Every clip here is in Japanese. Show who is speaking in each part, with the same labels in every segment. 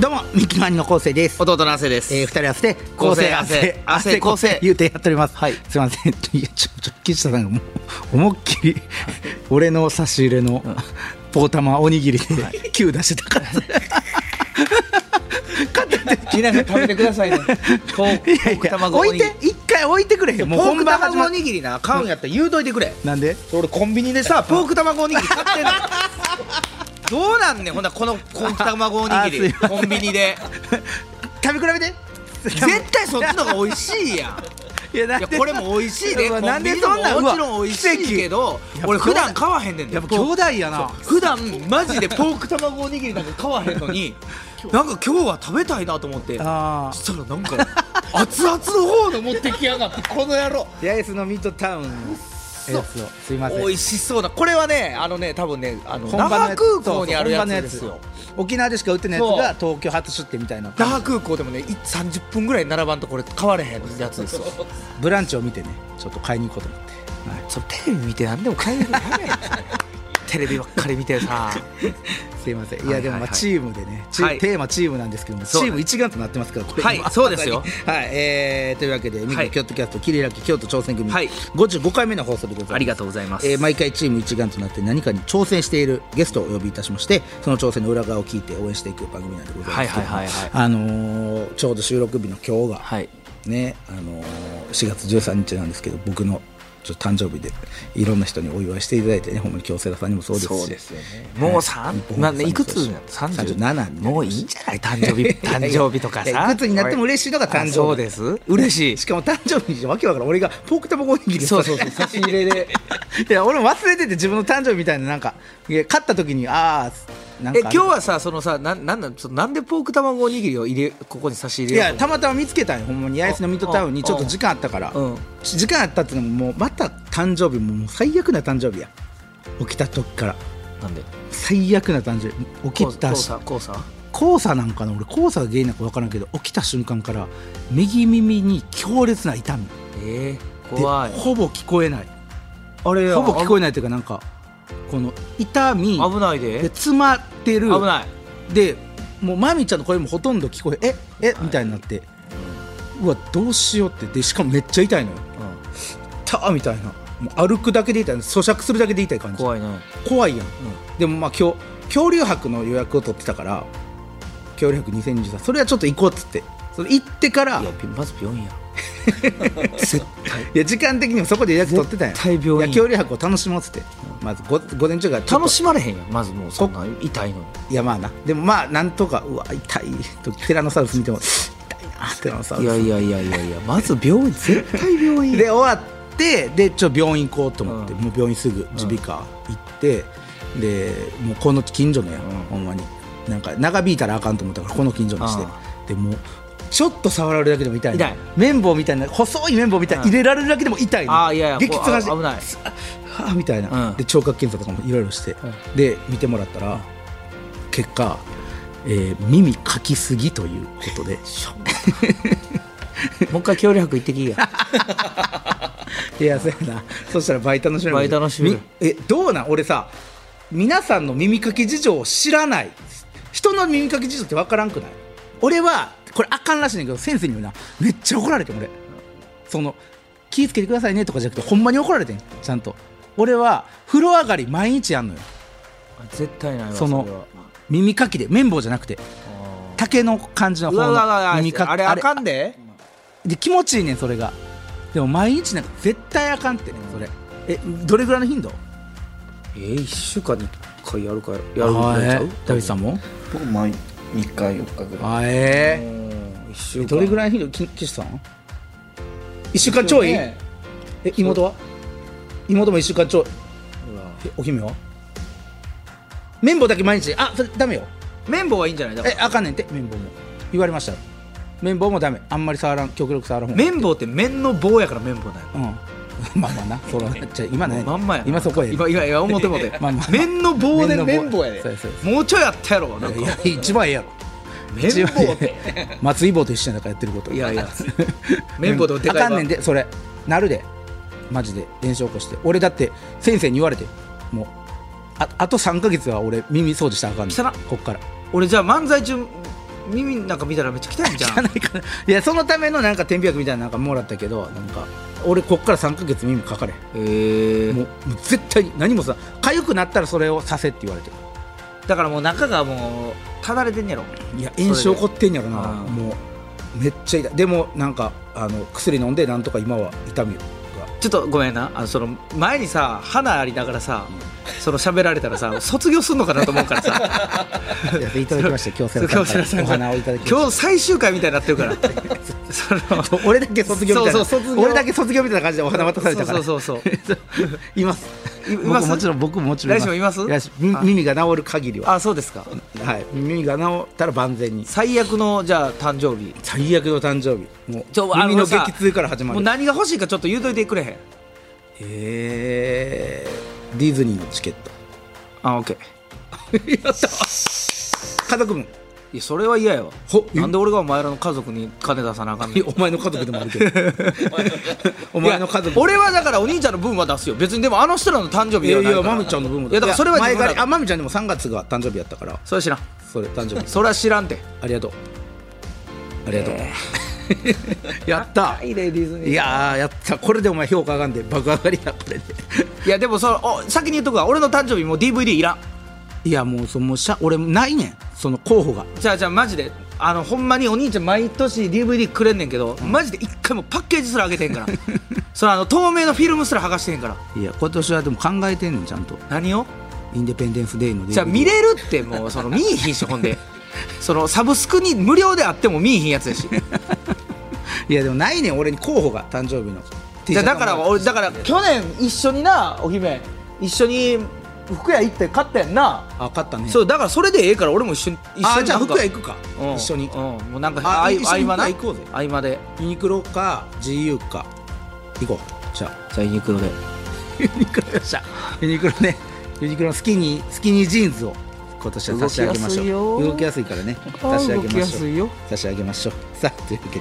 Speaker 1: どうもミキの兄の昴生です
Speaker 2: 弟の亜生です、
Speaker 1: えー、二人合わせて
Speaker 2: 構成構成
Speaker 1: 構成
Speaker 2: 構成
Speaker 1: 言うてやっております、
Speaker 2: はい
Speaker 1: すいませんいやちょちょ岸田さんがもう思いっきり俺の差し入れのポータマおにぎりで9出してたから、
Speaker 2: 皆さん食べてください ねポー
Speaker 1: いやい
Speaker 2: ク
Speaker 1: や
Speaker 2: 卵お
Speaker 1: 置い
Speaker 2: にぎり
Speaker 1: て一回置いてくれへんもう
Speaker 2: ポー
Speaker 1: 本
Speaker 2: ク
Speaker 1: 番始
Speaker 2: 卵
Speaker 1: ま
Speaker 2: お
Speaker 1: っ
Speaker 2: にぎりな買うんやったら言うといてくれ、
Speaker 1: なんで
Speaker 2: 俺コンビニで さポーク卵おにぎり買ってんのどうなんねんほなこのポーク卵おにぎ
Speaker 1: あ
Speaker 2: り
Speaker 1: すいません
Speaker 2: コンビニ で
Speaker 1: 食べ比べて
Speaker 2: 絶対そっちの方が美味しいやん
Speaker 1: いやなん
Speaker 2: い
Speaker 1: で
Speaker 2: やこれも美味しいで、
Speaker 1: うわ
Speaker 2: コ
Speaker 1: なん
Speaker 2: ンビ
Speaker 1: で
Speaker 2: ニ
Speaker 1: そんな
Speaker 2: ももちろ
Speaker 1: うんわ
Speaker 2: 美味しいけど
Speaker 1: 奇跡
Speaker 2: 俺普段買わへんねんで
Speaker 1: やっぱ兄弟やな
Speaker 2: 普段マジでポーク卵おにぎりなんか買わへんのになんか今日は食べたいなと思って
Speaker 1: あ
Speaker 2: そしたらなんか熱々の方の持ってきやがってこの野郎
Speaker 1: ー八重洲のミッドタウンのやつをすいません
Speaker 2: 美味しそうなこれはねあのね多分ねあの
Speaker 1: 本
Speaker 2: 那
Speaker 1: 場の
Speaker 2: 覇
Speaker 1: やつ
Speaker 2: 空港にある
Speaker 1: そう
Speaker 2: やつ
Speaker 1: そう本場の
Speaker 2: ですよ
Speaker 1: 沖縄でしか売ってないやつ
Speaker 2: そ
Speaker 1: が
Speaker 2: う
Speaker 1: 東京初出店みたいな
Speaker 2: 那覇空港でもねい30分ぐらい並ばんとこれ買われへんやつですよ
Speaker 1: ブランチを見てねちょっと買いに行こうと思って、はい
Speaker 2: それテレビ見て何でも買えるのやめろテレビばっかり見てさ
Speaker 1: すいませんい
Speaker 2: はい
Speaker 1: や
Speaker 2: はい
Speaker 1: でもまあチームでね、チー
Speaker 2: はい
Speaker 1: テーマチームなんですけどもチ
Speaker 2: そう
Speaker 1: ーム一丸となってますからこれ
Speaker 2: はい
Speaker 1: 今
Speaker 2: そうですよ
Speaker 1: はい、えー、というわけで「ミ
Speaker 2: は
Speaker 1: キ
Speaker 2: い
Speaker 1: 京都キャストキリラキ京都挑戦組」
Speaker 2: はい
Speaker 1: 55回目の放送でございます
Speaker 2: ありがとうございます
Speaker 1: えー毎回チーム一丸となって何かに挑戦しているゲストをお呼びいたしましてその挑戦の裏側を聞いて応援していく番組なんでございますけども
Speaker 2: はいはいはいはい
Speaker 1: あのーちょうど収録日の今日が、
Speaker 2: はい
Speaker 1: ねあのー4月13日なんですけど僕のちょっと誕生日でいろんな人にお祝いしていただいてねほんまに京セラさんにもそうですし
Speaker 2: そうですよねもうさん
Speaker 1: はい
Speaker 2: まあねいくつ
Speaker 1: 37
Speaker 2: 37
Speaker 1: になりました
Speaker 2: もういいんじゃない誕生日誕生日とか
Speaker 1: いや
Speaker 2: さ
Speaker 1: いくつになっても嬉しいのが誕生日
Speaker 2: あそうです嬉し
Speaker 1: しかも誕生日にわけわからん俺がポークタバコおにぎり
Speaker 2: いそうそうそう差し入れで
Speaker 1: いや俺も忘れてて自分の誕生日みたいななんかいや勝った時にああ
Speaker 2: え今日はさそのさなんなんなんそのなんでポーク卵おにぎりを入れここに差し入
Speaker 1: い
Speaker 2: れよう
Speaker 1: やたまたま見つけたんよほんまに八重洲のミッドタウンにちょっと時間あったから、
Speaker 2: うん
Speaker 1: 時間あったっていうのももうまた誕生日ももう最悪な誕生日や起きた時から
Speaker 2: なんで
Speaker 1: 最悪な誕生日起きた
Speaker 2: こう
Speaker 1: し
Speaker 2: さこうさ
Speaker 1: 黄砂なんかな俺黄砂が原因なんか分からんけど起きた瞬間から右耳に強烈な痛み
Speaker 2: ええ
Speaker 1: で
Speaker 2: 怖い
Speaker 1: ほぼ聞こえない
Speaker 2: あれ
Speaker 1: ほぼ聞
Speaker 2: え
Speaker 1: こえないというかなんかこの痛み
Speaker 2: 危ない
Speaker 1: で
Speaker 2: で
Speaker 1: 詰まってる
Speaker 2: 危ない
Speaker 1: でもうマミちゃんの声もほとんど聞こえええ、みたいになってうわどうしようってでしかもめっちゃ痛いのよ
Speaker 2: うん
Speaker 1: たーみたいなもう歩くだけで痛いの咀嚼するだけで痛い感じ
Speaker 2: 怖いね
Speaker 1: 怖いやん、でもまあ今日恐竜博の予約を取ってたから恐竜博2023それはちょっと行こうっつってそれ行ってから
Speaker 2: い
Speaker 1: い
Speaker 2: や
Speaker 1: や
Speaker 2: びまず病院や絶 対
Speaker 1: 時間的にもそこで予約取ってたんやん
Speaker 2: 絶対病院
Speaker 1: いや恐竜博を楽しもうっつって、まず午午前中からちょっと
Speaker 2: 楽しまれへんやんまずもうそんな痛いのに
Speaker 1: いやまあなでもまあなんとかうわ痛いとティラノサウルス見ても痛いなティラノサ
Speaker 2: い
Speaker 1: ウル
Speaker 2: や
Speaker 1: ス
Speaker 2: いやいやいやいやまず病院絶対病院
Speaker 1: で終わってでちょっと病院行こうと思って、
Speaker 2: うん
Speaker 1: もう病院すぐ耳鼻科行って、でもうこの近所のや、ほんまになんか長引いたらあかんと思ったからこの近所にして、
Speaker 2: うん
Speaker 1: でもうちょっと触られるだけでも痛いの
Speaker 2: 痛い
Speaker 1: 綿棒みたいな細い綿棒みたいな、
Speaker 2: うん
Speaker 1: 入れられるだけでも痛いの
Speaker 2: あーいやいや
Speaker 1: 激痛なし
Speaker 2: こうあ危ない
Speaker 1: つあーみたいな、
Speaker 2: うん
Speaker 1: で聴覚検査とかもいろいろして、
Speaker 2: う
Speaker 1: で見てもらったら結果、えー耳かきすぎということで
Speaker 2: もう一回協力行ってきいや
Speaker 1: いやそうやなそしたら倍楽しめる
Speaker 2: 倍楽しめる
Speaker 1: みえどうなん俺さ皆さんの耳かき事情を知らない人の耳かき事情って分からんくない俺はこれあかんらしいねんけど先生にもなめっちゃ怒られてん俺その気ぃつけてくださいねとかじゃなくてほんまに怒られてんちゃんと俺は風呂上がり毎日やんのよ
Speaker 2: 絶対ないわ
Speaker 1: その
Speaker 2: れは
Speaker 1: 耳かきで綿棒じゃなくて
Speaker 2: あ
Speaker 1: 竹の感じの
Speaker 2: ーう
Speaker 1: 方
Speaker 2: わうわうわ
Speaker 1: の
Speaker 2: あ
Speaker 1: 耳かき
Speaker 2: れあかんで
Speaker 1: で気持ちいいねんそれがでも毎日なんか絶対あかんってねそれえどれぐらいの頻度
Speaker 2: えー一週間に一回やるかやるや
Speaker 1: あ
Speaker 2: るや
Speaker 1: え
Speaker 2: る
Speaker 1: ダビさんも
Speaker 3: 僕毎3日4日ぐらい
Speaker 1: あえ
Speaker 2: うん一週
Speaker 1: え
Speaker 2: 間
Speaker 1: どれぐらいの頻度き岸さん一週間ちょい、
Speaker 3: ね
Speaker 1: え妹は妹も一週間ちょいう
Speaker 2: わ
Speaker 1: えお姫は綿棒だけ毎日あそれダメよ
Speaker 2: 綿棒はいいんじゃないだか
Speaker 1: え
Speaker 2: ら
Speaker 1: あかんねんって綿棒も言われましたよ綿棒もダメあんまり触らん極力触らん方が
Speaker 2: 綿棒って綿の棒やから綿棒だよ
Speaker 1: うんまあまあなそらじゃあ今ね
Speaker 2: まんまやな
Speaker 1: 今そこへ
Speaker 2: 今今今表表
Speaker 1: まあまあ
Speaker 2: 麺の棒で
Speaker 1: 麺
Speaker 2: 綿
Speaker 1: の棒
Speaker 2: 棒やで
Speaker 1: そうやそうや
Speaker 2: もうちょいやったやろなんか
Speaker 1: いや一番ええやろ
Speaker 2: 綿
Speaker 1: 一番ええ
Speaker 2: 棒って
Speaker 1: 松井棒と一緒やんだからやってること
Speaker 2: いやいや綿棒とでかいわ
Speaker 1: あかんねんでそれなるでマジで炎症起こして俺だって先生に言われてもうああと3か月は俺耳掃除したらあかんねん
Speaker 2: 汚っ
Speaker 1: こっから
Speaker 2: 俺じゃあ漫才中耳なんか見たらめっちゃ汚いんじゃ
Speaker 1: じゃ
Speaker 2: ん
Speaker 1: ないかないやそのためのなんか天秤薬みたいななんかもらったけどなんか俺こっから3か月耳かかれへ
Speaker 2: えー
Speaker 1: んもうもう絶対に何もさ痒くなったらそれをさせって言われて
Speaker 2: だからもう中がもうただれてんやろ
Speaker 1: いや炎症起こってんやろな
Speaker 2: それであー
Speaker 1: もうめっちゃ痛いでもなんかあの薬飲んでなんとか今は痛みが
Speaker 2: ちょっとごめんなあのその前にさ花ありながらさ、その喋られたらさ卒業するのかなと思うから さ
Speaker 1: いやいただきました京セラさんからお花をいただきました
Speaker 2: 今日最終回みたいになってるからその
Speaker 1: 俺だけ卒業みたいな
Speaker 2: そうそう卒業
Speaker 1: 俺だけ卒業みたいな感じでお花渡されたから
Speaker 2: そうそうそうそう
Speaker 1: います
Speaker 2: います
Speaker 1: 僕もちろん僕ももちろん
Speaker 2: 来週もいます
Speaker 1: 来週み
Speaker 2: あ
Speaker 1: 耳が治る限りは
Speaker 2: あそうですか
Speaker 1: はい耳が治ったら万全に
Speaker 2: 最悪のじゃあ誕生日
Speaker 1: 最悪の誕生日もう
Speaker 2: ちょあ
Speaker 1: 耳の
Speaker 2: さ
Speaker 1: 激痛から始ま
Speaker 2: もう
Speaker 1: る
Speaker 2: 何が欲しいかちょっと言うといてくれへん
Speaker 1: えーディズニーのチケット
Speaker 2: あオッケー
Speaker 1: 家族分
Speaker 2: いやそれは嫌よ
Speaker 1: ほ
Speaker 2: なんで俺がお前らの家族に金出さなあかんね
Speaker 1: い
Speaker 2: ん
Speaker 1: やお前の家族でもあるけ どお前の家
Speaker 2: い
Speaker 1: 族
Speaker 2: や俺はだからお兄ちゃんの分は出すよ別にでもあの人らの誕生日
Speaker 1: い
Speaker 2: で
Speaker 1: や
Speaker 2: はいないか
Speaker 1: や
Speaker 2: ら
Speaker 1: まみちゃんの分も
Speaker 2: いやだからそれは
Speaker 1: 前
Speaker 2: 自分
Speaker 1: 借
Speaker 2: ら
Speaker 1: りあまみちゃんでも3月が誕生日やったから
Speaker 2: それは知らん
Speaker 1: それ誕生日
Speaker 2: それは知らんて
Speaker 1: ありがとうありがとう、 やった
Speaker 2: いレディーズ
Speaker 1: いやーやったこれでお前評価上がんで爆上がりやこれで
Speaker 2: いやでもそのお先に言っとくわ俺の誕生日もう DVD いらん
Speaker 1: いやもうそのしゃ俺ないねんその候補が
Speaker 2: じゃあじゃあマジであのほんまにお兄ちゃん毎年 DVD くれんねんけど、マジで一回もパッケージすらあげてへんから そのあの透明のフィルムすら剥がしてへんから
Speaker 1: いや今年はでも考えてんねんちゃんと
Speaker 2: 何を
Speaker 1: インデペンデンス・デイの
Speaker 2: じゃあ見れるってもうその見えひんしほんでそのサブスクに無料であっても見えひんやつやし
Speaker 1: いやでもないねん俺に候補が誕生日の
Speaker 2: じゃあだから
Speaker 1: T シャツ
Speaker 2: 俺だから去年一緒になお姫一緒に服屋行って買ったやんな、
Speaker 1: あ勝ったね
Speaker 2: そうだからそれでええから俺も一緒に一緒に
Speaker 1: あじゃあ
Speaker 2: なんか
Speaker 1: 服屋行くか
Speaker 2: うん
Speaker 1: 一緒に
Speaker 2: うんもうなんか
Speaker 1: あ
Speaker 2: あい
Speaker 1: 一緒に
Speaker 2: 合間な
Speaker 1: 行こうぜ
Speaker 2: 合間で
Speaker 1: ユニクロか GU か行こうじゃあ
Speaker 2: じゃあユニクロで
Speaker 1: ユニクロよっしゃユニクロねユニクロのスキニースキニージーンズを今年は差し上げましょう動
Speaker 2: 動
Speaker 1: き
Speaker 2: き
Speaker 1: やすいからね差し上げ
Speaker 2: 動き
Speaker 1: ま
Speaker 2: や
Speaker 1: しょ
Speaker 2: す
Speaker 1: う
Speaker 2: いよ
Speaker 1: 差し上げましょうさあというわけ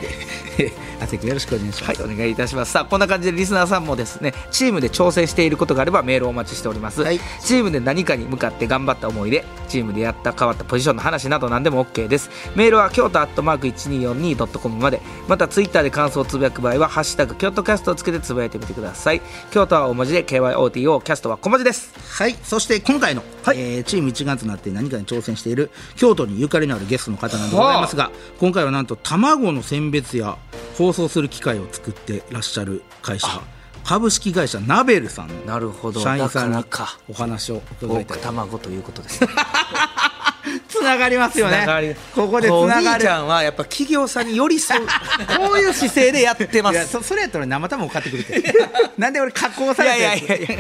Speaker 1: で 亜生君よろしくお願いします、
Speaker 2: はいお願いいたしますさあこんな感じでリスナーさんもですねチームで挑戦していることがあればメールをお待ちしております、
Speaker 1: はい
Speaker 2: チームで何かに向かって頑張った思い出チームでやった変わったポジションの話など何でも OK ですメールは京都アットマーク 1242.com までまたツイッターで感想をつぶやく場合は「ハッシュタグ京都キャスト」をつけてつぶやいてみてください京都は大文字で KYOTO キャストは小文字です
Speaker 1: はい、そして今回の、
Speaker 2: はい
Speaker 1: えーチーム一丸となって何かに挑戦している京都にゆかりのあるゲストの方なんでございますが、今回はなんと卵の選別や包装する機械を作ってらっしゃる会社株式会社ナベルさんの
Speaker 2: なるほど
Speaker 1: 社員さん
Speaker 2: だ
Speaker 1: に
Speaker 2: からか
Speaker 1: お話を伺
Speaker 2: 多
Speaker 1: いた
Speaker 2: く
Speaker 1: い
Speaker 2: 卵ということです
Speaker 1: つながりますよ
Speaker 2: つながり
Speaker 1: ねここでつな
Speaker 2: お
Speaker 1: が
Speaker 2: 兄ち
Speaker 1: る
Speaker 2: ゃんはやっぱ企業さんに寄り添うこういう姿勢でやってま
Speaker 1: いや
Speaker 2: す
Speaker 1: そそれやったら俺生卵買ってくるってなんで俺加工さ
Speaker 2: い
Speaker 1: れ
Speaker 2: や
Speaker 1: て
Speaker 2: いやいやいや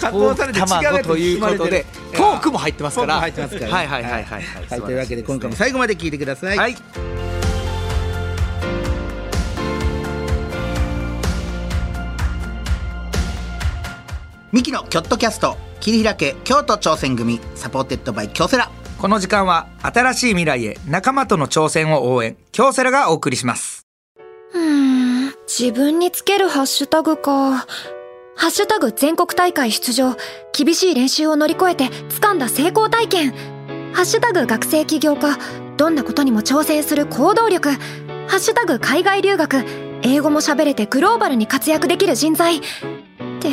Speaker 1: 加工されて違うや
Speaker 2: 卵
Speaker 1: つ
Speaker 2: と
Speaker 1: に
Speaker 2: い
Speaker 1: 包
Speaker 2: う
Speaker 1: ま
Speaker 2: こ
Speaker 1: れて
Speaker 2: と
Speaker 1: る
Speaker 2: でフォークも入ってますから
Speaker 1: フォークも入ってますから
Speaker 2: はいはいはいはい
Speaker 1: はい、というわけで今回も
Speaker 2: 素
Speaker 1: 最後まで聞いてくださ
Speaker 2: 晴
Speaker 1: い、
Speaker 2: らしいですね
Speaker 1: ミキのキョットキャスト切り開け京都挑戦組サポーテッドバイ京セラ
Speaker 2: はいこの時間は新しい未来へ仲間との挑戦を応援京セラがお送りします
Speaker 4: うーん自分につけるハッシュタグか。ハッシュタグ全国大会出場。厳しい練習を乗り越えて掴んだ成功体験。ハッシュタグ学生起業家。どんなことにも挑戦する行動力。ハッシュタグ海外留学。英語も喋れてグローバルに活躍できる人材。って、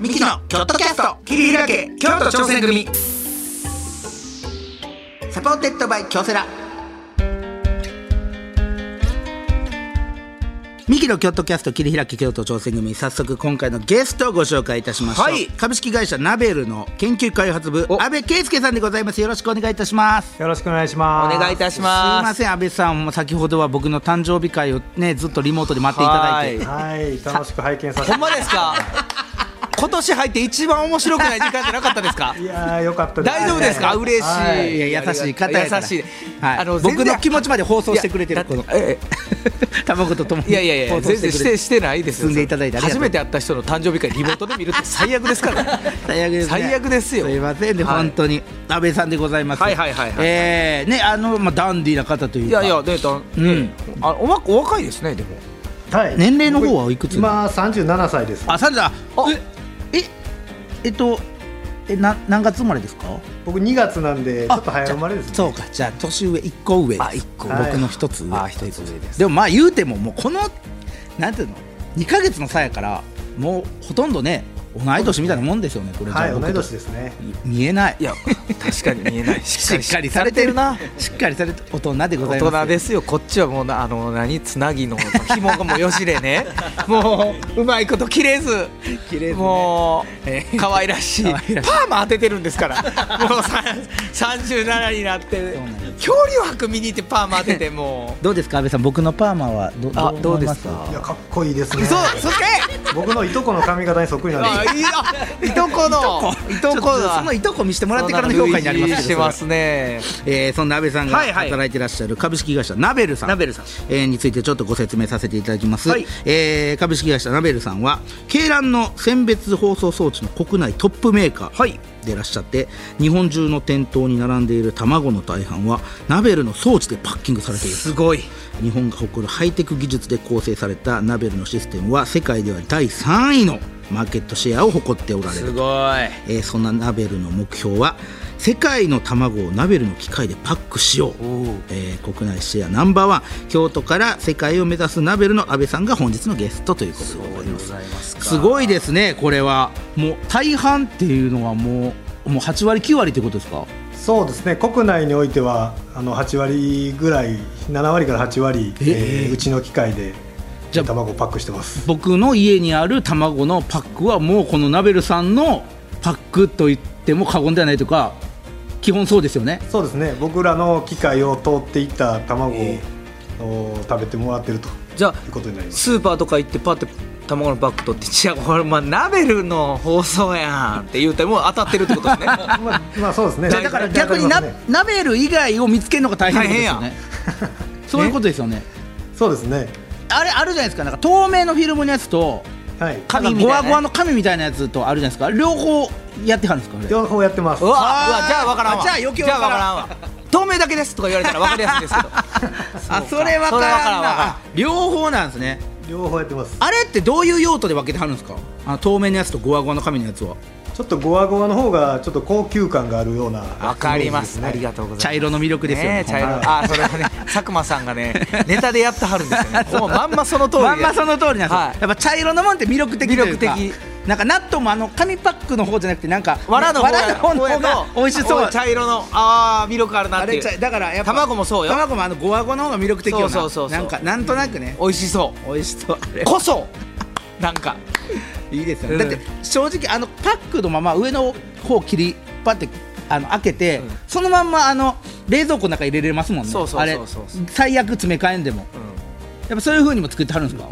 Speaker 2: ミキのキョットキャスト切り開け京都挑戦組
Speaker 1: サポーテッドバイ京セラミキの京都キャスト切り開き京都挑戦組早速今回のゲストをご紹介いたしましょう、
Speaker 2: はい
Speaker 1: 株式会社ナベルの研究開発部
Speaker 2: お
Speaker 1: 安部圭介さんでございますよろしくお願いいたします
Speaker 5: よろしくお願いします。
Speaker 2: お願いいた
Speaker 1: す
Speaker 2: し
Speaker 1: いま
Speaker 2: ます
Speaker 1: せん安部さんも先ほどは僕の誕生日会をねずっとリモートで待っていただいて
Speaker 2: は
Speaker 5: はい、楽しく拝見させ
Speaker 2: ほ
Speaker 5: て
Speaker 2: ん。まですか 今年入って一番面白くない時間じゃなかったですか
Speaker 5: いやー、よかったです。
Speaker 2: 大丈夫ですか嬉しい、
Speaker 5: はい
Speaker 1: いや優しい方やから
Speaker 2: 優しい、
Speaker 1: はい、僕の気持ちまで放送してくれてるこの
Speaker 2: え
Speaker 1: 卵とともに
Speaker 2: いやいや いや
Speaker 1: 放送
Speaker 2: 全然
Speaker 1: く
Speaker 2: し
Speaker 1: れ
Speaker 2: てしてないですよ
Speaker 1: 進んでいただいてありがと
Speaker 2: 初
Speaker 1: う
Speaker 2: めて会った人の誕生日会リモートで見るって最悪ですからね
Speaker 1: 最悪です、ね、
Speaker 2: 最悪ですよ
Speaker 1: すいませんね、
Speaker 2: はい
Speaker 1: 本当に安倍さんでございます
Speaker 2: はいはいはいはい
Speaker 1: えーねあのまあダンディーな方 という
Speaker 2: い
Speaker 1: か
Speaker 2: やいやデータ
Speaker 1: うん
Speaker 2: あおわお若いですねでも
Speaker 5: はい。
Speaker 1: 年齢の方はいくつ
Speaker 5: 今三十七歳です。
Speaker 1: あサンジさん
Speaker 2: あ
Speaker 1: えええっとえな何月生まれですか
Speaker 5: 僕二月なんで、ちょっと早生まれですね。
Speaker 1: そうかじゃあ年上一個上です
Speaker 2: あ一個
Speaker 5: 上
Speaker 1: 僕の一つ上
Speaker 2: あ一つ上です
Speaker 1: でもまあ言うてももうこのなんていうの2か月の差やからもうほとんどね同い年みたいなもんですよねこれ
Speaker 5: はい、
Speaker 1: じゃあ
Speaker 5: 同
Speaker 1: 僕
Speaker 5: い
Speaker 1: と
Speaker 5: 年ですね。
Speaker 1: 見えない
Speaker 2: いや確かに見えない
Speaker 1: しっかりされてるなしっかりされて大人でござ
Speaker 2: 大
Speaker 1: います
Speaker 2: 人ですよこっちはもうなあの何つなぎの紐がもうよしれ ねもううまいこと切れず
Speaker 1: 切れずね
Speaker 2: も
Speaker 1: え
Speaker 2: う
Speaker 1: え
Speaker 2: 可愛らしい
Speaker 1: 可愛らしい
Speaker 2: パーマ当ててるんですからもうさ37になって
Speaker 1: そうなんで
Speaker 2: 恐竜博見に行ってパーマ当てても
Speaker 1: どうですか安倍さん僕のパーマはど
Speaker 2: あどうです
Speaker 1: 思いま
Speaker 2: か
Speaker 5: いや、かっこいいです
Speaker 2: う
Speaker 5: ね。
Speaker 2: そう そして
Speaker 5: 僕のいとこの髪型にそっくりなん
Speaker 2: あ
Speaker 5: で
Speaker 2: いいあいとこのいと
Speaker 1: ちょっ
Speaker 2: こ
Speaker 1: とそのいとこ見せてもらってからの評価になりますけど
Speaker 2: してますね
Speaker 1: それはえーそんな安倍さんが
Speaker 2: はいはい
Speaker 1: 働いてらっしゃる株式会社ナベルさん
Speaker 2: ナベルさん
Speaker 1: えーについてちょっとご説明させていただきます、
Speaker 2: はい
Speaker 1: えー株式会社ナベルさんは鶏卵の選別包装装置の国内トップメーカーでいらっしゃって、日本中の店頭に並んでいる卵の大半はナベルの装置でパッキングされている
Speaker 2: すごい
Speaker 1: 日本が誇るハイテク技術で構成されたナベルのシステムは世界では第3位のマーケットシェアを誇っておられる
Speaker 2: すごい
Speaker 1: えーそんなナベルの目標は世界の卵をナベルの機械でパックしよう、えー国内シェアナンバーワン京都から世界を目指すナベルの安倍さんが本日のゲストということでございますすごいですねこれはもう大半っていうのはもうもう8割9割ってことですか
Speaker 5: す。そうですね。国内においては、あの八割ぐらい、七割から八割、えーうちの機械で。
Speaker 1: じゃあ
Speaker 5: 卵をパックしてます。
Speaker 1: 僕の家にある卵のパックはもうこのナベルさんのパックと言っても過言ではないというか基本そうですよね
Speaker 5: そうですね。僕らの機械を通っていった卵を。を食べてもらってると。
Speaker 2: じゃあ
Speaker 5: いうことになります。
Speaker 2: スーパーとか行ってパッて卵のバッグ取って「違うこれまあナベルの放送やん」って言うてもう当たってるってこと ですね
Speaker 5: まあ、まあ、そうですね。
Speaker 1: だから逆に
Speaker 5: な
Speaker 1: な、ナベル以外を見つけるのが大変ってこと
Speaker 2: 大
Speaker 1: ですよね そういうことですよね
Speaker 5: そうですね。
Speaker 1: あれあるじゃないですかなんか透明のフィルムのやつと
Speaker 5: はい。
Speaker 1: なんか
Speaker 2: 紙みたい
Speaker 1: ゴ
Speaker 2: な
Speaker 1: ワ
Speaker 2: ね
Speaker 1: ゴワの紙みたいなやつとあるじゃないですか両方やってはるんですかあれ
Speaker 5: 両方やってます。
Speaker 2: うわう
Speaker 1: あー
Speaker 2: わじゃあ分からんわ
Speaker 1: じゃあ余
Speaker 2: じ
Speaker 1: 計分
Speaker 2: ゃ
Speaker 1: か
Speaker 2: あ
Speaker 1: らん
Speaker 2: 分からんわ透明だけですとか言われたら分かりやすいですけど
Speaker 1: あそれわ
Speaker 2: そ
Speaker 1: か
Speaker 2: れわから
Speaker 1: ら
Speaker 2: んわ
Speaker 1: んなあ両方なんですね
Speaker 5: 両方やってます。
Speaker 1: あれってどういう用途で分けてはるんですかあの透明のやつとゴワゴワの紙のやつは
Speaker 5: ちょっとゴワゴワの方がちょっと高級感があるような。
Speaker 2: 分かります
Speaker 5: イ
Speaker 2: あ
Speaker 5: メージ
Speaker 2: りが
Speaker 5: ですね
Speaker 2: とうございます
Speaker 1: 茶色の魅力ですよね
Speaker 2: え茶色
Speaker 5: はい
Speaker 2: あそれはね佐久間さんがねネタでやってはるんですよ ねもうまんまその通りで
Speaker 1: まんまその通りなんですよ、
Speaker 2: はい
Speaker 1: やっぱ茶色のもんって魅力的というか
Speaker 2: 魅力
Speaker 1: なんか納豆もあの紙パックの方じゃなくてなんか
Speaker 2: わらの方
Speaker 1: わらの方の方が美味しそう
Speaker 2: 茶色のああ魅力あるなっ
Speaker 1: あ
Speaker 2: てい
Speaker 1: れ
Speaker 2: う
Speaker 1: ちゃだからやっぱ
Speaker 2: 卵もそうよ
Speaker 1: 卵もあのゴワゴワの方が魅力的よな
Speaker 2: そうそうそうそう
Speaker 1: なんかなんとなくね
Speaker 2: 美味しそ
Speaker 1: 美味しそうあれ
Speaker 2: うこそなんか
Speaker 1: いいですよね、
Speaker 2: うん
Speaker 1: だって正直あのパックのまま上の方切りパってあの開けて、
Speaker 2: うん
Speaker 1: そのまんまあの冷蔵庫の中に入れれますもんね
Speaker 2: そうそうそうそう
Speaker 1: あれ最悪詰め替えんでも
Speaker 2: うん
Speaker 1: やっぱそういう風にも作ってはるんですか、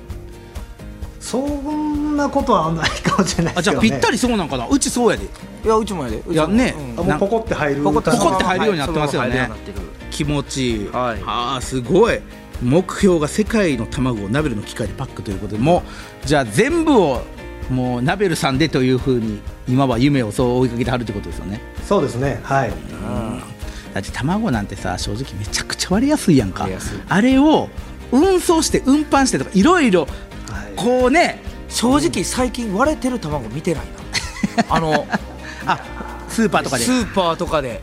Speaker 5: そんなことはないかもしれないで
Speaker 1: あ
Speaker 5: す
Speaker 1: じ
Speaker 5: け
Speaker 1: ゃあ
Speaker 5: ど、
Speaker 1: ぴ
Speaker 5: ね。
Speaker 1: った
Speaker 5: り。
Speaker 1: りそうなんかなうちそうやで
Speaker 2: いやうちもやでうちも
Speaker 1: いやね
Speaker 2: うん
Speaker 5: もうポコって入る。
Speaker 2: ポコって
Speaker 1: ポコって入るようになってますよね
Speaker 2: はいそのまま入るようになってる
Speaker 1: 気持ちいい、
Speaker 2: はい
Speaker 1: ああすごい目標が世界の卵をナベルの機械でパックということでもうじゃあ全部をもうナベルさんでというふうに今は夢をそう追いかけてはるってことですよね
Speaker 5: そうですね。はい。
Speaker 1: だって卵なんてさ正直めちゃくちゃ割れやすいやんか
Speaker 2: 割れやすい
Speaker 1: あれを運送して運搬してとかいろいろこうね
Speaker 2: 正直最近割れてる卵見 てないなあの
Speaker 1: あスーパーとかで
Speaker 2: スーパーとかで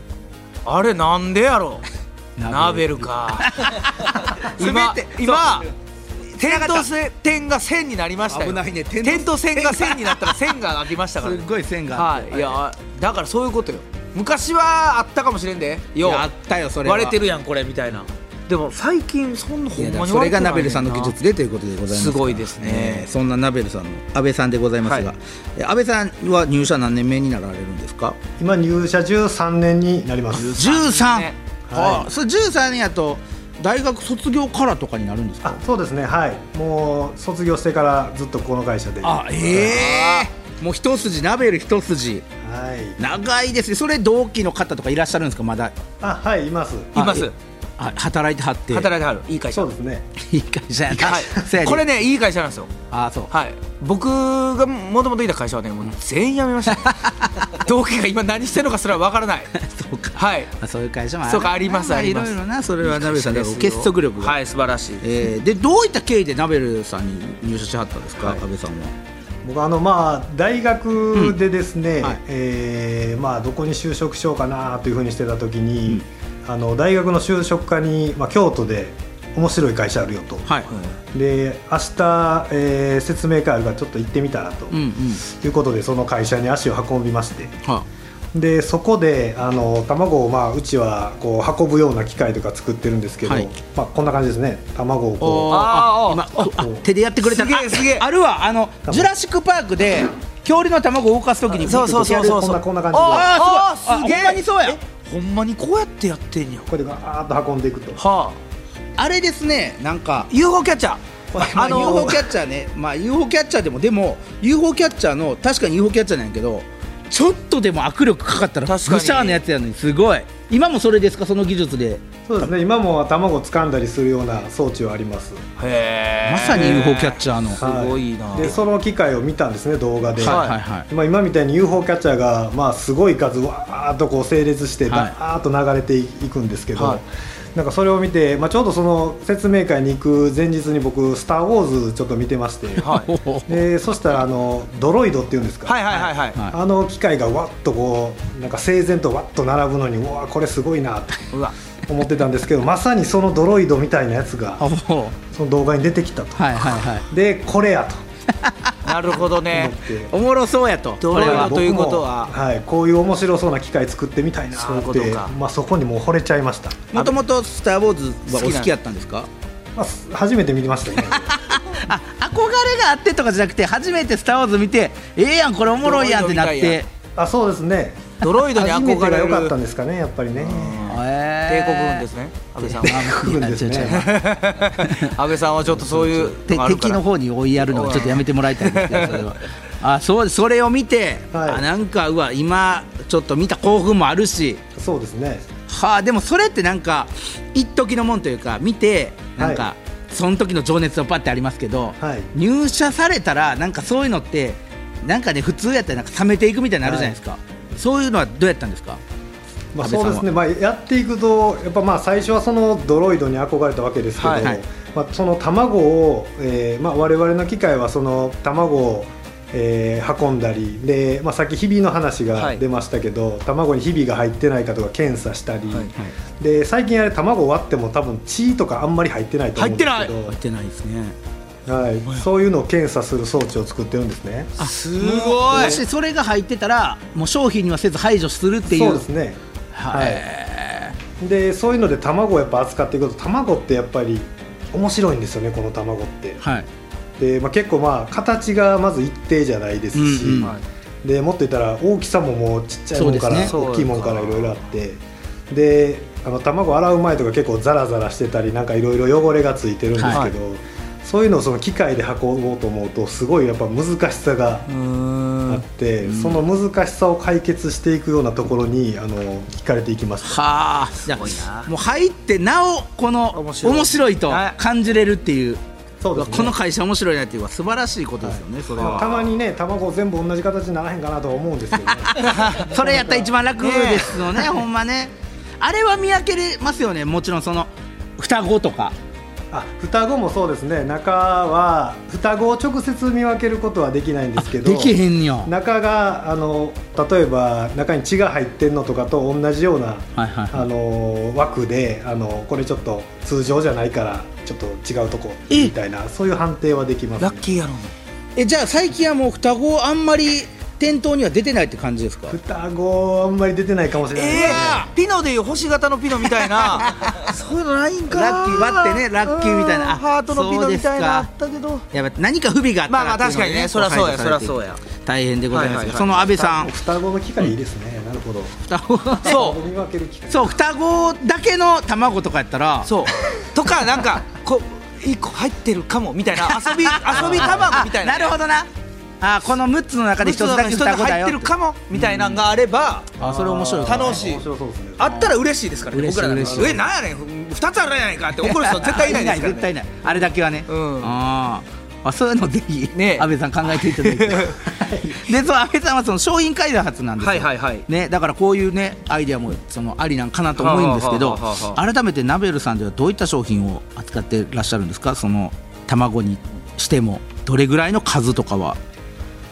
Speaker 2: あれなんでやろ うナベルか今
Speaker 1: 全て
Speaker 2: 今点と線点が線になりましたよ
Speaker 1: 危ないね点と
Speaker 2: 点と線が線になった ら線がありましたから
Speaker 1: す
Speaker 2: ね
Speaker 1: っごい線があ
Speaker 2: は
Speaker 1: って
Speaker 2: い、いやだからそういうことよ昔はあったかもしれんでよう
Speaker 1: いやあったよそれは
Speaker 2: 割れてるやんこれみたいなでも最近そんなほ
Speaker 1: い
Speaker 2: ん
Speaker 1: やだ
Speaker 2: ま
Speaker 1: から
Speaker 2: に
Speaker 1: それがナベルさんの技術
Speaker 2: で
Speaker 1: でということでございますから
Speaker 2: すごいですね
Speaker 1: えーそんなナベルさんの安倍さんでございますが、
Speaker 2: はい
Speaker 1: え安倍さんは入社何年目になられるんですか
Speaker 5: 今入社13年になります
Speaker 1: 13、
Speaker 2: ね
Speaker 1: ああそれ13やと大学卒業からとかになるんですか
Speaker 5: あそうですねはいもう卒業してからずっとこの会社では
Speaker 1: あええもう一筋ナベル一筋
Speaker 5: い
Speaker 1: 長いですねそれ同期の方とかいらっしゃるんですかまだ
Speaker 5: あはいいます
Speaker 2: います
Speaker 1: ああ働いてはって
Speaker 2: 働いてはるいい会社
Speaker 5: そうですね
Speaker 1: いい会社やな、 そ
Speaker 2: はい、
Speaker 1: やで
Speaker 2: これねいい会社なんですよ
Speaker 1: ああそう
Speaker 2: はい僕がもともといた会社はねもう全員辞めました、ね、 同期が今何してるのかすらわからない
Speaker 1: そうか
Speaker 2: はい
Speaker 1: まあそういう会社もある
Speaker 2: そうかあります
Speaker 1: ま
Speaker 2: ありま
Speaker 1: い
Speaker 2: す
Speaker 1: ろいろなそれはナベルさんだから
Speaker 2: いい会社ですよ
Speaker 1: 結束力が、
Speaker 2: はい素晴らしい
Speaker 1: えーでどういった経緯でナベルさんに入社しはったんですか、安倍さんは
Speaker 5: 僕あのまあ大学でですね、
Speaker 1: んはい
Speaker 5: えーまあどこに就職しようかなというふうにしてた時に、あの大学の就職課にまあ京都で面白い会社あるよと、
Speaker 1: はい、
Speaker 5: で明日、えー説明会あるからちょっと行ってみたらと、
Speaker 1: うんうん
Speaker 5: いうことでその会社に足を運びまして
Speaker 1: は
Speaker 5: でそこであの卵をまあうちはこう運ぶような機械とか作ってるんですけど、
Speaker 1: はい
Speaker 5: まあこんな感じですね卵を
Speaker 1: あ
Speaker 5: こ
Speaker 2: あー
Speaker 1: 今
Speaker 2: あ
Speaker 1: あ手でやってくれた
Speaker 2: すげえ
Speaker 1: あ
Speaker 2: すげえ
Speaker 1: あるわあのジュラシック・パークで恐竜の卵を動かすときに
Speaker 2: そうそう
Speaker 5: う
Speaker 2: そう
Speaker 5: やる
Speaker 2: そう
Speaker 5: こんなこんな感じで
Speaker 2: あーあ
Speaker 1: あ
Speaker 2: ーすげえ
Speaker 1: ほんまにそうや
Speaker 2: えほんまにこうやってやってんや
Speaker 5: これでガーッと運んでいくと
Speaker 2: はあ
Speaker 1: あれですねなんか
Speaker 2: UFO キャッチャー
Speaker 1: まあ、
Speaker 2: あの
Speaker 1: UFO キャッチャーね、まあ、UFO キャッチャーでもでも UFO キャッチャーの確かに UFO キャッチャーなんやけどちょっとでも握力かかったらぐ
Speaker 2: 確かに
Speaker 1: しゃーのやつやのにすごい今もそれですかその技術で
Speaker 5: そうですね今も卵を掴んだりするような装置はあります
Speaker 2: へえ
Speaker 1: まさに UFO キャッチャーの、
Speaker 2: すごいな
Speaker 5: でその機械を見たんですね動画で、
Speaker 1: はいはいはい
Speaker 5: まあ、今みたいに UFO キャッチャーが、まあ、すごい数わーっとこう整列して
Speaker 1: はい
Speaker 5: バーっと流れていくんですけど、
Speaker 2: はい
Speaker 5: なんかそれを見て、まあ、ちょうどその説明会に行く前日に僕「スター・ウォーズ」ちょっと見てまして、
Speaker 2: はい
Speaker 5: でそしたらあのドロイドっていうんですか、
Speaker 2: はいはいはいはい
Speaker 1: は
Speaker 5: あの機械がわっとこうなんか整然とわっと並ぶのにうわーこれすごいなって
Speaker 2: うわ
Speaker 5: 思ってたんですけどまさにそのドロイドみたいなやつ
Speaker 1: あ
Speaker 5: が
Speaker 1: もう
Speaker 5: その動画に出てきたと
Speaker 1: はいはいはい
Speaker 5: でこれやと
Speaker 2: なるほど
Speaker 5: 思
Speaker 2: ね
Speaker 5: って。
Speaker 1: おもろそうやと
Speaker 2: ド
Speaker 5: こ
Speaker 2: ロイ
Speaker 5: れ
Speaker 2: ド
Speaker 5: は
Speaker 2: ということは
Speaker 5: 僕もい、こういう面白そうな機械作ってみたいな
Speaker 2: そういう
Speaker 5: ー
Speaker 2: こ
Speaker 5: っ
Speaker 2: と
Speaker 5: て
Speaker 2: か
Speaker 5: まあ、そこにもう惚れちゃいました、
Speaker 1: もともと「スター・ウォーズ」はお
Speaker 2: 好
Speaker 1: 好
Speaker 2: き
Speaker 1: きやったんですか
Speaker 5: まあ、す初めて見ましたね
Speaker 1: あ憧れがあってとかじゃなくて初めて「スター・ウォーズ」見てええやんこれおもろいやんってなっ
Speaker 2: ドロイドみたいや
Speaker 1: て
Speaker 5: あそうですね
Speaker 2: ドロイドに
Speaker 5: 初め
Speaker 2: 憧
Speaker 5: てが
Speaker 2: れ
Speaker 5: 良
Speaker 2: る
Speaker 5: かったんですかねやっぱりね
Speaker 2: 帝
Speaker 1: 帝
Speaker 2: 国軍ですね安倍さん は
Speaker 5: 来るんです
Speaker 1: いや違う違う
Speaker 5: ね
Speaker 2: 安倍さんはちょっとそういう
Speaker 1: て
Speaker 2: のがあるか
Speaker 1: 敵の
Speaker 2: ら
Speaker 1: 方に追いやるのはちょっとやめてもらいたいんですけどそれはあそうそれを見て、
Speaker 5: はい
Speaker 1: あなんかうわ今ちょっと見た興奮もあるし
Speaker 5: そうですね
Speaker 1: はあでもそれってなんか一時のもんというか見てなんか、
Speaker 5: は
Speaker 1: その時の情熱がパッてありますけど、
Speaker 5: はい
Speaker 1: 入社されたらなんかそういうのってなんかね普通やったらなんか冷めていくみたいになるじゃないですか、そういうのはどうやったんですか
Speaker 5: まあ、
Speaker 1: 安倍
Speaker 5: そ
Speaker 1: さん
Speaker 5: う
Speaker 1: は
Speaker 5: ですね、まあ、やっていくとやっぱまあ最初はそのドロイドに憧れたわけですけど、
Speaker 2: はい
Speaker 1: はい
Speaker 5: まあ、その卵を、えーまあ、我々の機械はその卵を、えー運んだりで、まあ、さっきひびの話
Speaker 2: は
Speaker 5: が
Speaker 2: い
Speaker 5: 出ましたけど、卵にひびが入ってないかとか検査したり、で最近あれ卵割っても多分血とかあんまり入ってないと思うんですけど
Speaker 1: 入ってないですね
Speaker 5: はいそういうのを検査する装置を作ってるんですね。
Speaker 2: すご
Speaker 1: もしそれが入ってたらもう商品にはせず排除するっていう
Speaker 5: そうですね
Speaker 1: はい、
Speaker 5: い、でそういうので卵をやっぱ扱っていくと卵ってやっぱり面白いんですよねこの卵って
Speaker 1: はい、
Speaker 5: で、まあ、結構まあ形がまず一定じゃないですし、
Speaker 1: うんうん
Speaker 2: はい
Speaker 5: でもっと言ったら大きさももうちっちゃいもんから、
Speaker 1: そ
Speaker 2: ね
Speaker 5: 大きいもんからいろいろあってであの卵洗う前とか結構ザラザラしてたりなんかいろいろ汚れがついてるんですけど、
Speaker 2: はい
Speaker 5: そういうのをその機械で運ぼうと思うとすごいやっぱ難しさが
Speaker 2: うーん
Speaker 5: あって、その難しさを解決していくようなところにあの聞かれていきました。
Speaker 1: はあす
Speaker 2: ごいな
Speaker 1: もう入ってなおこの面
Speaker 2: 面
Speaker 1: 白
Speaker 2: 白
Speaker 1: い
Speaker 2: い
Speaker 1: と
Speaker 2: はい
Speaker 1: 感じれるっていう
Speaker 5: そうですね
Speaker 1: この会社面白いなっていうのは素晴らしいことですよね、それ
Speaker 5: た
Speaker 1: は
Speaker 5: まにね卵全部同じ形にならへんかなとは思うんですけどね
Speaker 1: それやったら一番楽ですよねほんまねあれは見分けれますよねもちろんその双子とか
Speaker 5: あ双子もそうですね中は双子を直接見分けることはできないんですけど
Speaker 1: できへんよ
Speaker 5: 中があの例えば中に血が入ってんのとかと同じような、
Speaker 1: はいはい
Speaker 5: あの枠であのこれちょっと通常じゃないからちょっと違うとこ
Speaker 1: え
Speaker 5: みたいなそういう判定はできます、ね
Speaker 2: ラッ、キーやろ
Speaker 1: えじゃあ最近はもう双子をあんまり店頭には出てないって感じですか
Speaker 5: 双子あんまり出てないかもしれないですね、
Speaker 2: ピノでいう星型のピノみたい なそういうのないんか
Speaker 1: ラッキー割ってねラッキーみたいな
Speaker 2: うんハートのピノみたいなあ
Speaker 1: そ
Speaker 2: っ
Speaker 1: う
Speaker 2: たけど
Speaker 1: やっぱ何か不備があった
Speaker 2: まあま
Speaker 1: ら
Speaker 2: あ確かにね
Speaker 1: って
Speaker 2: そ
Speaker 1: い
Speaker 2: り
Speaker 1: の
Speaker 2: ゃそうや
Speaker 1: こ
Speaker 2: そりゃ
Speaker 1: 排除されていく
Speaker 2: そうや
Speaker 1: 大変でございます
Speaker 2: はいはいは
Speaker 1: が
Speaker 2: い
Speaker 1: その安倍さん
Speaker 5: 双子の機会いいですね、なるほど
Speaker 1: 双子
Speaker 2: そう
Speaker 5: 取り分ける機 会
Speaker 1: そう双子だけの卵とかやったら
Speaker 2: そうとかなんかこう一個入ってるかもみたいな遊 び遊び卵みたい な
Speaker 1: なるほどなあーこの6つの中で1つだけ
Speaker 2: 一つだ
Speaker 1: 双
Speaker 2: け
Speaker 1: 子だ
Speaker 2: 入っ
Speaker 1: よ
Speaker 2: てるかもみたいなのがあれば
Speaker 1: あーそれ面白い
Speaker 2: 楽しい
Speaker 5: 面白そうですね
Speaker 2: あったら嬉しいですからね
Speaker 1: 嬉しい
Speaker 2: 僕らなんか
Speaker 1: 嬉しい
Speaker 2: えなんやねん二つあるやないかって 怒る人絶対いないですから
Speaker 1: 絶
Speaker 2: ね
Speaker 1: 対いないあれだけはね、
Speaker 2: うん
Speaker 1: あーあそういうのぜひ、
Speaker 2: ね
Speaker 1: 安倍さん考えていただ いてでその安倍さんはその商品開発なんですよ、
Speaker 2: はいはいはい
Speaker 1: ね、だからこういうねアイデアもそのありなんかなと思うんですけど
Speaker 2: はあはあはあは
Speaker 1: 改めてナベルさんではどういった商品を扱ってらっしゃるんですかその卵にしてもどれぐらいの数とかは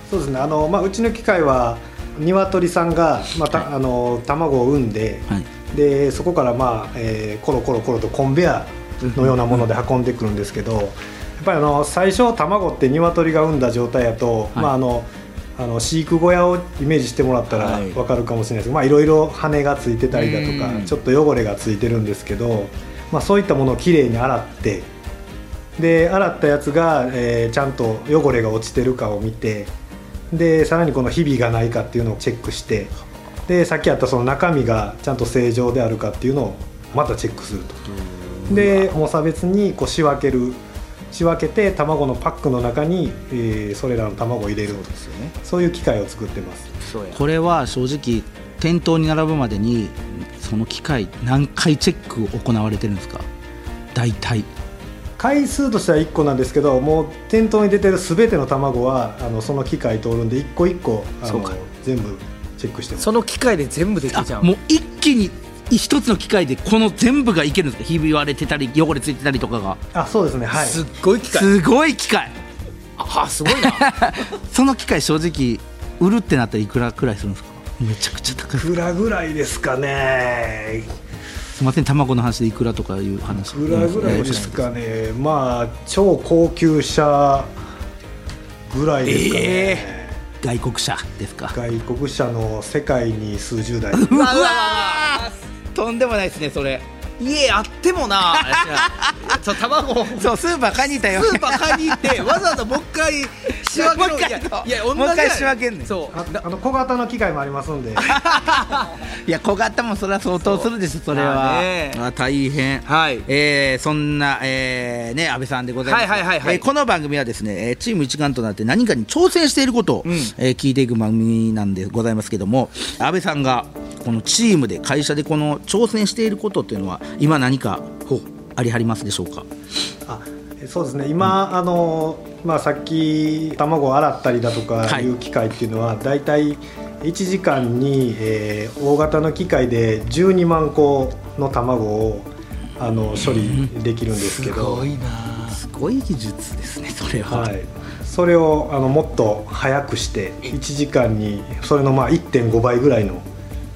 Speaker 5: そうですねあの、まあ、うちの機械は鶏さんが、まあたあの卵を産んで、
Speaker 1: はい
Speaker 5: でそこから、まあえーコロコロコロとコンベヤーのようなもので運んでくるんですけど、やっぱりあの最初卵って鶏が産んだ状態やと、
Speaker 1: い
Speaker 5: まああのあの飼育小屋をイメージしてもらったら
Speaker 1: はい
Speaker 5: わかるかもしれないですけど、い、まあいろいろ羽がついてたりだと
Speaker 1: うん
Speaker 5: かちょっと汚れがついてるんですけど、まあ、そういったものをきれいに洗ってで洗ったやつが、えーちゃんと汚れが落ちてるかを見てでさらにこのひびがないかっていうのをチェックしてでさっきあったその中身がちゃんと正常であるかっていうのをまたチェックするとで重さ別にこう仕分ける仕分けて卵のパックの中に、えーそれらの卵を入れるそういう機械を作ってます
Speaker 1: これは正直店頭に並ぶまでにその機械何回チェック行われてるんですか大体
Speaker 5: 回数としては1個なんですけどもう店頭に出てる全ての卵はあのその機械通るんで1個1個あ
Speaker 2: そう
Speaker 5: の
Speaker 2: か
Speaker 5: 全部チェックしてます
Speaker 2: その機械で全部でき
Speaker 1: あ
Speaker 2: ちゃう
Speaker 1: もう一気に一つの機械でこの全部がいけるんですかひび割れてたり汚れついてたりとかが
Speaker 5: あそうですねはい
Speaker 2: すっごい機械
Speaker 1: すごい機械
Speaker 2: あすご いな
Speaker 1: その機械正直売るってなったらいくらくらいするんですかめちゃくちゃ高い
Speaker 5: いくらぐらいですかね
Speaker 1: すいません卵の話でいくらとかいう話
Speaker 5: いくらぐらいですかねまあ超高級車ぐらいですかね、
Speaker 1: 外国車ですか
Speaker 5: 外国車の世界に数十台
Speaker 1: うわとんでもないですねそれ
Speaker 2: 家あっても なそう卵を
Speaker 1: そうスーパー買いに行ったよ
Speaker 2: スーパー買いに行ってわざわざもう一回仕分け
Speaker 1: も
Speaker 2: ろ
Speaker 1: う一回そう
Speaker 2: いやいや同じ
Speaker 1: もう一回
Speaker 2: や
Speaker 1: 仕分けんねん
Speaker 2: そう
Speaker 5: ああの小型の機械もありますんで
Speaker 1: いや小型もそれは相当するでしょそれ
Speaker 2: ま
Speaker 1: は
Speaker 2: あね
Speaker 1: あ大変
Speaker 2: はい
Speaker 1: えーそんな、えーね、安倍さんでございますが、
Speaker 2: はいはいはいはい
Speaker 1: えーこの番組はですね、えーチーム一丸となって何かに挑戦していることを、
Speaker 2: ん
Speaker 1: えー聞いていく番組なんでございますけども安倍さんがこのチームで会社でこの挑戦していることっていうのは今何かありはりますでしょうか
Speaker 5: あそうですね今、あのまあ、さっき卵を洗ったりだとか
Speaker 1: はい
Speaker 5: いう機械っていうのは、だいたい1時間に、えー大型の機械で12万個の卵をあの処理できるんですけど、
Speaker 1: すごい技術ですねそれは、
Speaker 5: はい、それをあのもっと早くして1時間にそれのまあ1.5倍ぐらいの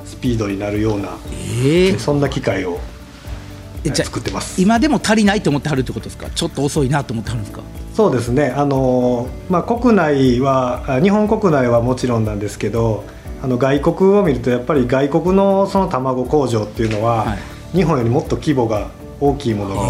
Speaker 5: スピードになるような
Speaker 1: えー
Speaker 5: そんな機械を
Speaker 1: え
Speaker 5: はい
Speaker 1: じゃあ
Speaker 5: 作ってます
Speaker 1: 今でも足りないと思ってはるってことですかちょっと遅いなと思ってはるんですか
Speaker 5: そうですねあの、まあ、国内はあ日本国内はもちろんなんですけどあの外国を見るとやっぱり外国のその卵工場っていうのは、
Speaker 1: はい
Speaker 5: 日本よりもっと規模が大きいものが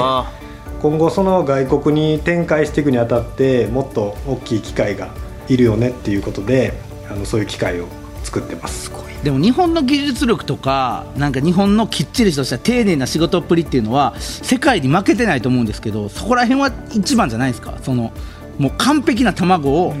Speaker 2: あ
Speaker 5: 今後その外国に展開していくにあたってもっと大きい機械がいるよねっていうことであのそういう機械を作ってます
Speaker 1: でも日本の技術力とかなんか日本のきっちりとした丁寧な仕事っぷりっていうのは世界に負けてないと思うんですけどそこら辺は一番じゃないですかそのもう完璧な卵を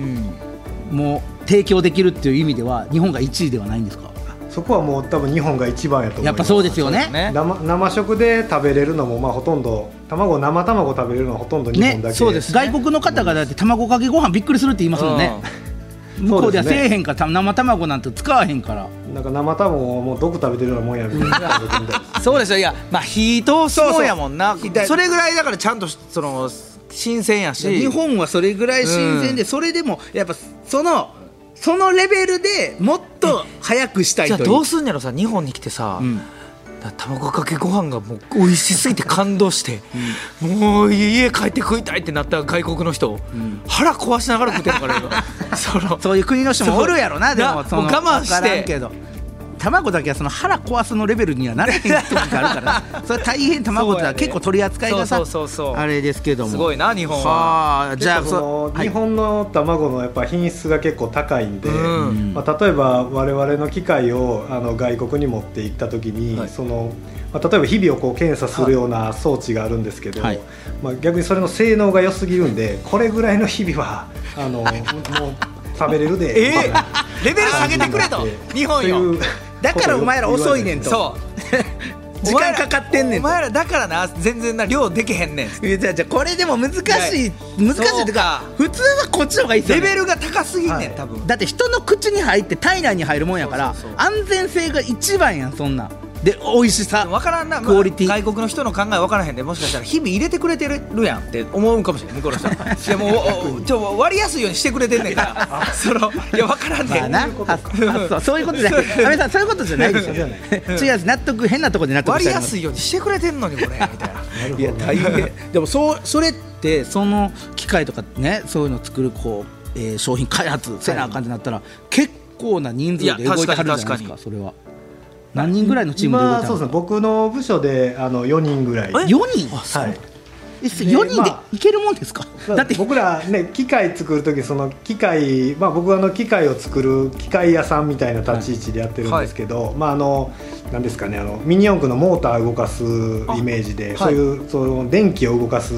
Speaker 1: もう提供できるっていう意味では日本が1位ではないんですか
Speaker 5: そこはもう多分日本が一番やと思います
Speaker 1: やっぱそうですよね
Speaker 2: ね
Speaker 5: 生生食で食べれるのもまあほとんど卵生卵食べれるのはほとんど日本だけ、
Speaker 1: ね外国の方がだって卵かけご飯びっくりするって言いますもんね向こうでは
Speaker 5: そう
Speaker 1: せ
Speaker 5: です
Speaker 1: え
Speaker 5: ね
Speaker 1: へんからた生卵なんて使わへんから
Speaker 5: なんか生卵をもう毒食べてるようなもんやみたいな
Speaker 2: そうでしょいやまあ火通すもんやもんな
Speaker 1: そうそう
Speaker 2: それぐらいだからちゃんとその新鮮やし
Speaker 1: 日本はそれぐらい新鮮で、それでもやっぱそのそのレベルでもっと早くしたい
Speaker 2: じゃあ
Speaker 1: という
Speaker 2: どうすんやろさ日本に来てさ、
Speaker 1: ん
Speaker 2: だから卵かけご飯がもう美味しすぎて感動して、もう家帰って食いたいってなった外国の人、腹壊しながら食ってるから 今その
Speaker 1: そういう国の人もおるやろな
Speaker 2: そう
Speaker 1: でも
Speaker 2: な
Speaker 1: その
Speaker 2: もう我慢して
Speaker 1: わからんけど卵だけはその腹壊すのレベルにはなれへん時があるから それ大変卵ってのは結構取り扱いがさ
Speaker 2: そうそうそうそう
Speaker 1: あれですけども
Speaker 2: すごいな日本は。
Speaker 1: は あじゃあ
Speaker 5: 結構その
Speaker 1: はい
Speaker 5: 日本の卵のやっぱ品質が結構高いんで、
Speaker 2: うん
Speaker 5: まあ、例えば我々の機械をあの外国に持って行った時に、
Speaker 2: はい
Speaker 5: そのまあ、例えば日々をこう検査するような装置があるんですけど、
Speaker 1: はい
Speaker 5: まあ、逆にそれの性能が良すぎるんでこれぐらいの日々はあ のもう食べれる
Speaker 2: え
Speaker 5: で
Speaker 2: えレベル下げてくれと日本よ。
Speaker 1: だからお前ら遅いねんと
Speaker 2: そう
Speaker 1: 時間かかってんねん
Speaker 2: お
Speaker 1: と
Speaker 2: 前らだからな全然な量できへんねん
Speaker 1: いやじゃあじゃあこれでも難しい難しいっていうか
Speaker 2: そう
Speaker 1: 普通はこっちの方がいいっすよ
Speaker 2: レ
Speaker 1: ね
Speaker 2: ベルが高すぎんねん、
Speaker 5: はい
Speaker 2: 多分
Speaker 1: だって人の口に入って体内に入るもんやから
Speaker 2: そうそう
Speaker 1: 安全性が一番やんそんなんで美味しさ
Speaker 2: 分からんな、まあ
Speaker 1: クオリティ
Speaker 2: 外国の人の考え分からへんでもしかしたら日々入れてくれてるやんって思うんかもしれん向こうの 人はいやもうおおちょ割りやすいようにしてくれてんねんからそのいや分からんねん、
Speaker 1: まあな発発想そういうことじゃない 安倍さんそういうことじゃないでしょ
Speaker 5: そうじゃない
Speaker 1: 違うし納得変なとこで納得
Speaker 2: 割
Speaker 1: し
Speaker 2: り
Speaker 1: た
Speaker 2: やすいようにしてくれてんのにこれ みたいな
Speaker 1: いや大変でもそうそれってその機械とかねそういうの作るこう、えー商品開発せなあかんってなったら、結構な人数で
Speaker 2: いや
Speaker 1: 動いてはるんじゃないで
Speaker 2: 確かに
Speaker 1: す
Speaker 2: 確
Speaker 1: か
Speaker 2: かに
Speaker 1: それは何人ぐらいのチームで動い
Speaker 5: 今
Speaker 1: て
Speaker 5: そ
Speaker 1: は
Speaker 5: うです
Speaker 1: る
Speaker 5: ね僕の部署であの4人ぐらい、
Speaker 1: 4人
Speaker 5: はい、
Speaker 1: え4人でいけるもんですか、
Speaker 5: まあ
Speaker 1: だって
Speaker 5: 僕らね機械作る時その機械、まあ、僕はあの機械を作る機械屋さんみたいな立ち位置でやってるんですけど、まああのなんですかねあのミニ四駆のモーター動かすイメージで、そういうその電気を動かす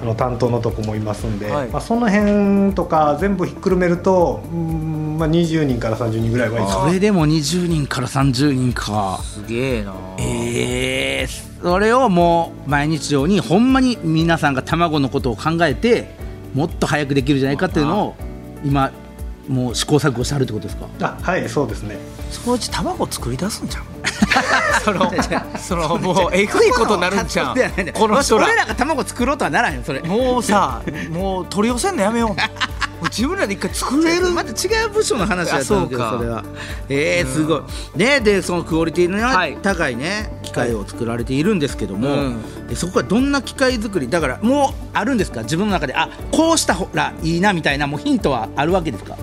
Speaker 5: あの担当のとこもいますんで、
Speaker 2: はい
Speaker 5: まあ、その辺とか全部ひっくるめると、うーんまあ、20人から30人ぐらいはいます
Speaker 1: それでも20人から30人か
Speaker 2: すげえな
Speaker 1: ええそれをもう毎日用にほんまに皆さんが卵のことを考えてもっと早くできるじゃないかっていうのを今もう試行錯誤してあるってことですか
Speaker 5: あはいそうですね
Speaker 2: そのうち卵作り出すんじゃん そのそのもうえぐいことになるんじ ゃんこの人ら
Speaker 1: 俺らが卵作ろうとはならんよそれ
Speaker 2: もうさもう取り寄せんのやめようもう自分らで一回作れる
Speaker 1: また違う部署の話だったんだけど
Speaker 2: あそうか
Speaker 1: それはええすごいねでそのクオリティのね
Speaker 2: はい
Speaker 1: 高いね機械を作られているんですけども、
Speaker 2: うん
Speaker 1: えそこはどんな機械作りだからもうあるんですか自分の中であこうしたほらいいなみたいなもうヒントはあるわけですか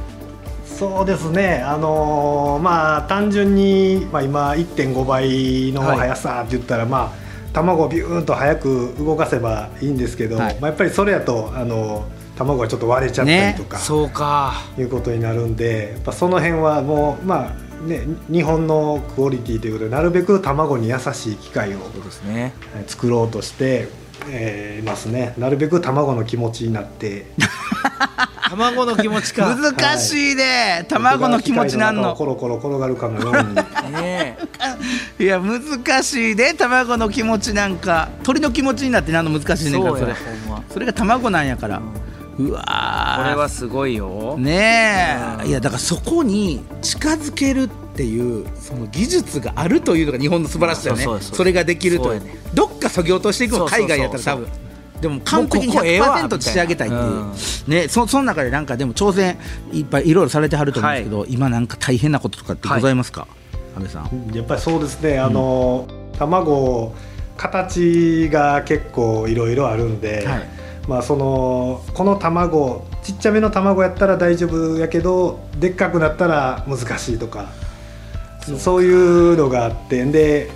Speaker 5: そうですね、あのーまあ、単純に、まあ、今、1.5倍の
Speaker 1: はい
Speaker 5: 速さって言ったら、まあ、卵をビューンと速く動かせばいいんですけど、
Speaker 1: はい
Speaker 5: まあ、やっぱりそれやと、あのー卵がちょっと割れちゃったりとか、
Speaker 2: そうか
Speaker 5: いうことになるんで、やっぱその辺はもう、まあね、日本のクオリティということで、なるべく卵に優しい機械を
Speaker 2: そうですね
Speaker 5: えー作ろうとして、えーいますね、なるべく卵の気持ちになって、
Speaker 2: 卵の気持ちか
Speaker 1: 難しいね、 卵の気持ちなん
Speaker 5: 僕が
Speaker 1: の
Speaker 5: 機械中をコロコロ転がるかのように。
Speaker 2: ねえ
Speaker 1: いや難しいね卵の気持ちなんか鳥の気持ちになってなんの難しいねんか
Speaker 2: そ
Speaker 1: ら
Speaker 2: う
Speaker 1: そ
Speaker 2: や
Speaker 1: れ
Speaker 2: ほんま
Speaker 1: それが卵なんやから、うわー
Speaker 2: これはすごいよ、
Speaker 1: ね
Speaker 2: う
Speaker 1: え
Speaker 2: ん
Speaker 1: いやだからそこに近づけるっていうその技術があるというのが日本の素晴らしさよね
Speaker 2: そうそうそう
Speaker 1: それができるという
Speaker 2: そうやね
Speaker 1: どっかそぎ落としていくの
Speaker 2: そうそうそう
Speaker 1: 海外やったら多分でも完璧に
Speaker 2: もうここええわ
Speaker 1: 100%仕上げたいっていう
Speaker 2: み
Speaker 1: ねそその中でなんかでも挑戦いっぱいいろいろされてはると思うんですけど、今なんか大変なこととかってございますか、安倍さん
Speaker 5: やっぱりそうですね、あの卵形が結構いろいろあるんで、
Speaker 1: はい
Speaker 5: まあ、そのこの卵ちっちゃめの卵やったら大丈夫やけどでっかくなったら難しいとかそういうのがあってで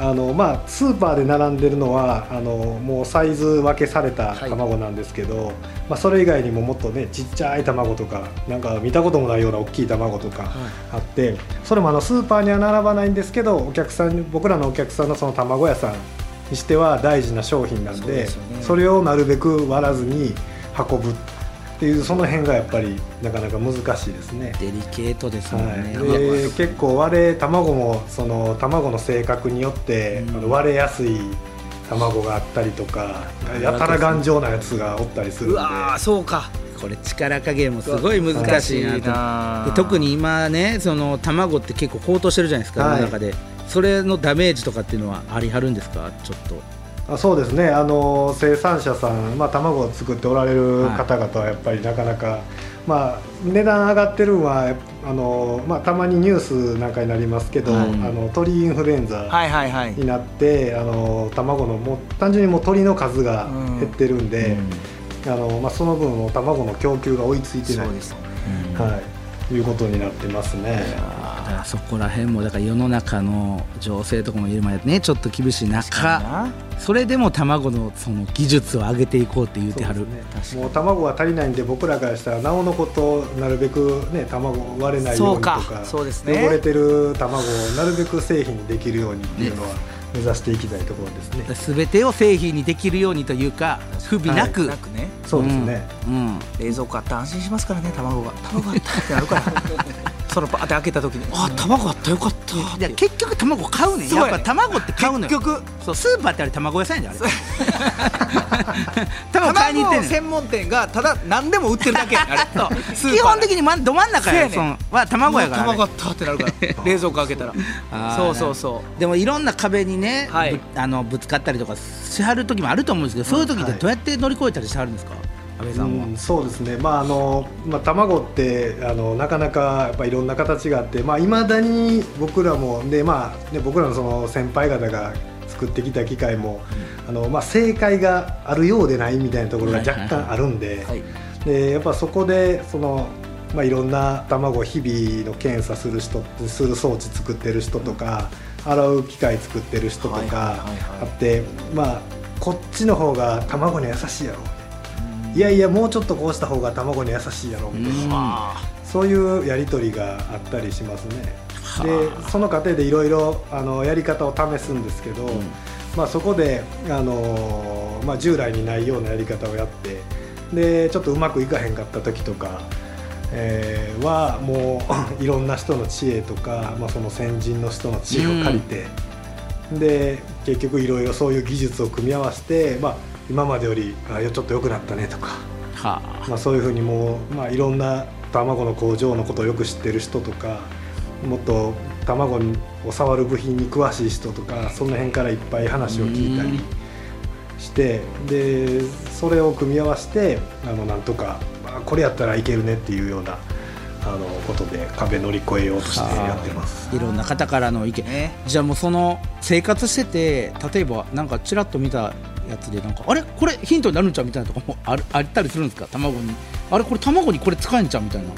Speaker 5: あの、まあ、スーパーで並んでるのはあのもうサイズ分けされた卵なんですけど、まあ、それ以外にももっとねちっちゃい卵とかなんか見たこともないような大きい卵とか。あってそれもあのスーパーには並ばないんですけどお客さんに僕らのお客さんのその卵屋さんにしては大事な商品なんでそ
Speaker 2: そうですよね
Speaker 5: れをなるべく割らずに運ぶっていうその辺がやっぱりなかなか難しいですね。
Speaker 1: デリケートですもん
Speaker 5: はい
Speaker 1: ね、、
Speaker 5: で結構割れ卵もその卵の性格によって、あの割れやすい卵があったりとかやたら頑丈なやつがおったりするん
Speaker 2: う
Speaker 5: で
Speaker 2: わーそうか
Speaker 1: これ力加減もすごい難しいなとで特に今ねその卵って結構高騰してるじゃないですか、
Speaker 5: はい
Speaker 1: 世の中でそれのダメージとかっていうのはありはるんですかちょっと
Speaker 5: あそうですねあの生産者さん、まあ、卵を作っておられる方々はやっぱりなかなか、まあ、値段上がってるんはあの、まあ、たまにニュースなんかになりますけど、
Speaker 2: はい
Speaker 5: あの鳥インフルエンザ
Speaker 2: はいはいはい
Speaker 5: になって、あの卵のもう単純にもう鳥の数が減ってるんで、あのまあ、その分の卵の供給が追いついてない
Speaker 2: そうですよね
Speaker 5: はい、いうことになってますね。
Speaker 1: だからそこら辺もだから世の中の情勢とかも言うまでねちょっと厳しい中それでも卵のその技術を上げていこうって言うてはる、
Speaker 5: すね、もう卵が足りないんで僕らからしたらなおのことなるべく、ね、卵を割れないようにとか
Speaker 2: そうかそうですね
Speaker 5: 汚れてる卵をなるべく製品にできるようにっていうのは目指していきたいところですね。
Speaker 1: 全てを製品にできるようにというか不備なく、
Speaker 2: なくね
Speaker 5: そうですね、
Speaker 1: うん、
Speaker 2: 冷蔵庫あったら安心しますからね卵が卵あったってなるからそのパーって開けた時にあ卵あったよかったっ
Speaker 1: いや
Speaker 2: て
Speaker 1: 結局卵買うねん
Speaker 2: そう
Speaker 1: や
Speaker 2: や
Speaker 1: っ
Speaker 2: ね
Speaker 1: ぱ卵って買うのよ
Speaker 2: 結局
Speaker 1: そうスーパーってあれ卵屋さんやであれ 卵買いに行って
Speaker 2: 卵
Speaker 1: んねん
Speaker 2: 専門店がただ何でも売ってるだけあ れそう
Speaker 1: 基本的
Speaker 2: に
Speaker 1: に真んど真ん中や
Speaker 2: そうやねん
Speaker 1: そのは卵やからあれ
Speaker 2: 卵あったってなるから 冷蔵庫開けたら
Speaker 1: あー
Speaker 2: そうそうそ
Speaker 1: でもいろんな壁にね、
Speaker 2: はい
Speaker 1: ぶあのぶつかったりとかしはる時もあると思うんですけど、そういう時って
Speaker 5: はい
Speaker 1: どうやって乗り越えたりしてはるんですか安倍さ
Speaker 5: うん
Speaker 1: は、
Speaker 5: ん、そうですね、まああのまあ、卵ってあのなかなかやっぱいろんな形があっていまあ、未だに僕らもで、まあね、僕らのその先輩方が作ってきた機械も、あのまあ、正解があるようでないみたいなところが若干あるんで。
Speaker 2: うはい
Speaker 5: でやっぱそこでその、まあ、いろんな卵を日々の検査する人する装置作ってる人とか洗う機械作ってる人と
Speaker 2: はい
Speaker 5: か
Speaker 2: はいはいはい
Speaker 5: あってまあこっちの方が卵に優しいやろいやいやもうちょっとこうした方が卵に優しいやろみたいな、そういうやり取りがあったりしますね。でその過程でいろいろあのやり方を試すんですけど、まあ、そこで、あのーまあ、従来にないようなやり方をやってでちょっとうまくいかへんかった時とか、えーはもう いろんな人の知恵とか、まあ、その先人の人の知恵を借りて、で結局いろいろそういう技術を組み合わせて、まあ、今までよりあちょっと良くなったねとか。
Speaker 1: はあ
Speaker 5: まあ、そういうふうにもう、まあ、いろんな卵の工場のことをよく知ってる人とかもっと卵を触る部品に詳しい人とかその辺からいっぱい話を聞いたりしてでそれを組み合わせてあのなんとか、まあ、これやったらいけるねっていうようなあのことで壁乗り越えようとしてやってます。
Speaker 1: いろんな方からの意見
Speaker 2: ね
Speaker 1: じゃあもうその生活してて例えばなんかちらっと見たやつでなんかあれこれヒントになるんちゃうみたいなとかもあるあったりするんですか卵にあれこれ卵にこれ使えんちゃうみたいな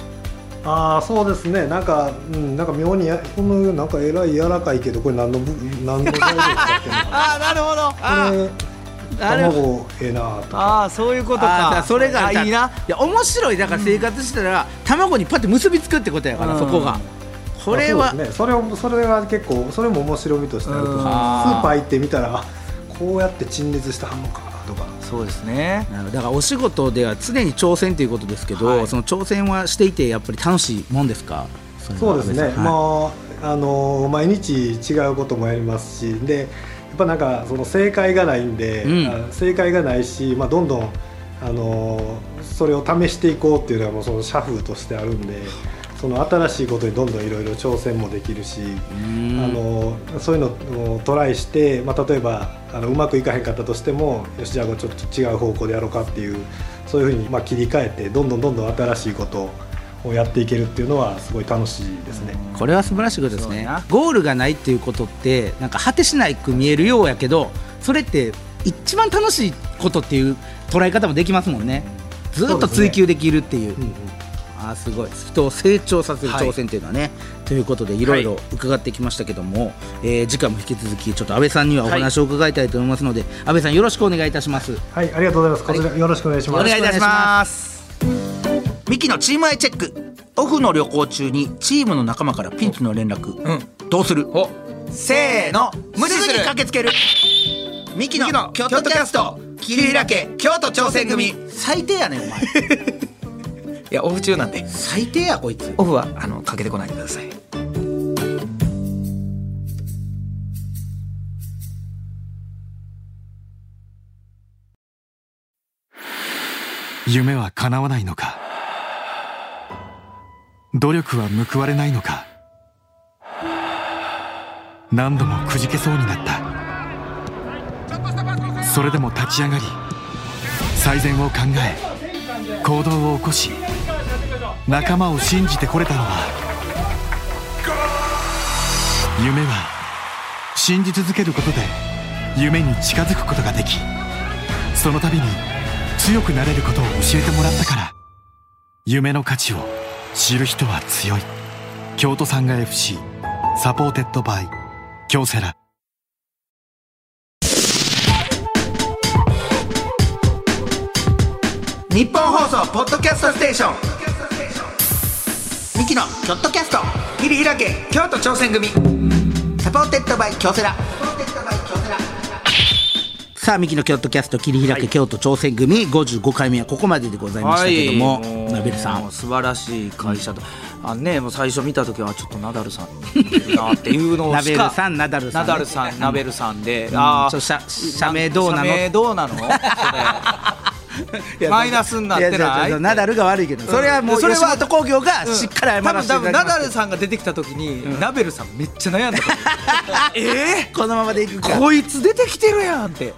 Speaker 5: ああそうですねなんか、うん、なんか妙にやこのなんかえらい柔らかいけどこれ何の部何の材料使ってるのかな
Speaker 2: ああなるほどあ
Speaker 5: こ
Speaker 2: ー
Speaker 5: れ
Speaker 2: なるほど
Speaker 5: 卵ええなとか
Speaker 2: あーそういうこと
Speaker 1: あーだ
Speaker 2: から
Speaker 1: それが
Speaker 2: あいいない
Speaker 1: や面白いだから生活したら、卵にパッて結びつくってことやから、
Speaker 2: うん
Speaker 1: そこがこれは
Speaker 5: そうですね、それをそれは結構それも面白みとしてあると思います
Speaker 1: うん
Speaker 5: スーパー行ってみたらあこうやって陳列してはんのかとか
Speaker 2: そうですね
Speaker 1: なるほどだからお仕事では常に挑戦ということですけど、
Speaker 2: はい
Speaker 1: その挑戦はしていてやっぱり楽しいもんですかれは
Speaker 5: そうですね、
Speaker 1: はい
Speaker 5: まああの毎日違うこともやりますしでやっぱなんかその正解がないんで、
Speaker 1: うん
Speaker 5: あ正解がないし、まあ、どんどんあのそれを試していこうっていうのはもうその社風としてあるんでその新しいことにどんどんいろいろ挑戦もできるし、
Speaker 1: うん
Speaker 5: あのそういうのをトライして、まあ、例えばあのうまくいかへんかったとしてもよしじゃあちょっと違う方向でやろうかっていうそういうふうにまあ切り替えてどんどんどんどん新しいことをやっていけるっていうのはすごい楽しいですね。
Speaker 1: これは素晴らしいことです
Speaker 2: そう
Speaker 1: ね
Speaker 2: やな
Speaker 1: ゴールがないっていうことってなんか果てしないく見えるようやけどそれって一番楽しいことっていう捉え方もできますもんねずっと追求できるっていう
Speaker 5: うんうん
Speaker 1: あーすごい人を成長させる挑戦というのはね、ということでいろいろ伺ってきましたけども、えー次回も引き続きちょっと安倍さんにはお話を伺いたいと思いますので、安倍さんよろしくお願いいたします
Speaker 5: はい、ありがとうございます。こちらよろしくお願いします。
Speaker 1: お願いいたします
Speaker 2: ミキのチームアイチェックオフの旅行中にチームの仲間からピンチの連絡、どうするせーの無視する駆けつけるミキの京都キャスト桐平家京都挑戦組い
Speaker 1: 最低やねんお前
Speaker 2: やオフ中なんで
Speaker 1: 最低やこいつ
Speaker 2: オフはあのかけてこないでください
Speaker 6: 夢は叶わないのか努力は報われないのか何度もくじけそうになったそれでも立ち上がり最善を考え行動を起こし仲間を信じてこれたのは夢は信じ続けることで夢に近づくことができその度に強くなれることを教えてもらったから夢の価値を知る人は強い京都産が FC サポーテッドバイ京セラ
Speaker 2: 日本放送ポッドキャストステーションミキのキョットキャスト切り開け京都挑戦組サポーテッドバイ京セラ
Speaker 1: さあ、ミキの京都キャスト切り開け、京都挑戦組55回目はここまででございましたけども、ナベルさん
Speaker 2: う。素晴らしい会社と、あのねもう最初見た時はちょっとナダルさん似てるなっていうのを
Speaker 1: ナベ
Speaker 2: し
Speaker 1: ル
Speaker 2: か
Speaker 1: さん、ナダルさん、
Speaker 2: ナダルさんナベルさんで、
Speaker 1: あ
Speaker 2: あ
Speaker 1: あ、
Speaker 2: あ
Speaker 1: 社社名どうなの
Speaker 2: 社名どう なのそれ
Speaker 1: いや
Speaker 2: マイナスになってない
Speaker 1: やじゃあじゃあナダルが悪いけど、それはもう
Speaker 2: それは
Speaker 1: 吉本興業がしっかり謝らせてい
Speaker 2: 多分多分
Speaker 1: ただき
Speaker 2: ナ
Speaker 1: ます
Speaker 2: ダルさんが出てきた時に、ナベルさんめっちゃ悩んだと思うえ
Speaker 1: このままでいく
Speaker 2: ー、
Speaker 1: か
Speaker 2: こいつ出てきてるやんって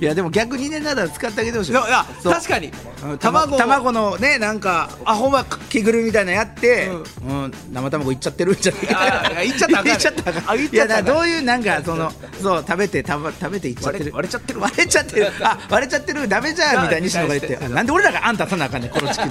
Speaker 1: いやでも逆にねナダル使ってあげてほしい
Speaker 2: でもいや
Speaker 1: そう
Speaker 2: 確かに
Speaker 1: うん
Speaker 2: 卵を
Speaker 1: 卵のねなんかあほんま着ぐるみみたいなのやって、うん生卵いっちゃってるんじゃないか
Speaker 2: あいやいっちゃったらあかん
Speaker 1: いっちゃったらあかん
Speaker 2: あいっ
Speaker 1: い
Speaker 2: ちゃ
Speaker 1: や
Speaker 2: ったらあ
Speaker 1: だ
Speaker 2: かん
Speaker 1: からどういうなんかそのそう食べてたば食べていっちゃってる
Speaker 2: 割れ割れちゃってる
Speaker 1: 割れちゃってるあ割れちゃってるダメじゃんみたいな西野が言ってあなんで俺らがあんたさなあかんねんこのチキン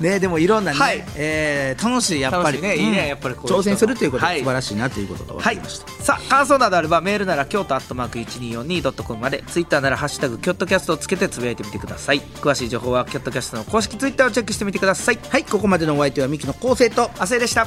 Speaker 1: ねでもいろんなね、
Speaker 2: はい
Speaker 1: えー楽しいやっぱり
Speaker 2: 楽しいねいいね
Speaker 1: うん
Speaker 2: やっぱりこういう人
Speaker 1: 挑戦するということは
Speaker 2: はい
Speaker 1: 素晴らしいなということが分か
Speaker 2: はい
Speaker 1: りました、
Speaker 2: さあ感想などあればメールなら京都アットマーク 1242.com までツイッターなら「ハッシュタグキョットキャスト」をつけてつぶやいてみてください詳しい情報はキョットキャストの公式ツイッターをチェックしてみてください
Speaker 1: はい、ここまでのお相手はミキの構成と
Speaker 2: 亜生でした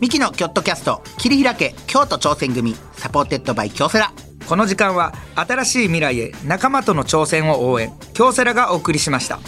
Speaker 1: ミキのキョットキャスト切り開け京都挑戦組サポーテッドバイ京セラ
Speaker 2: この時間は新しい未来へ仲間との挑戦を応援京セラがお送りしました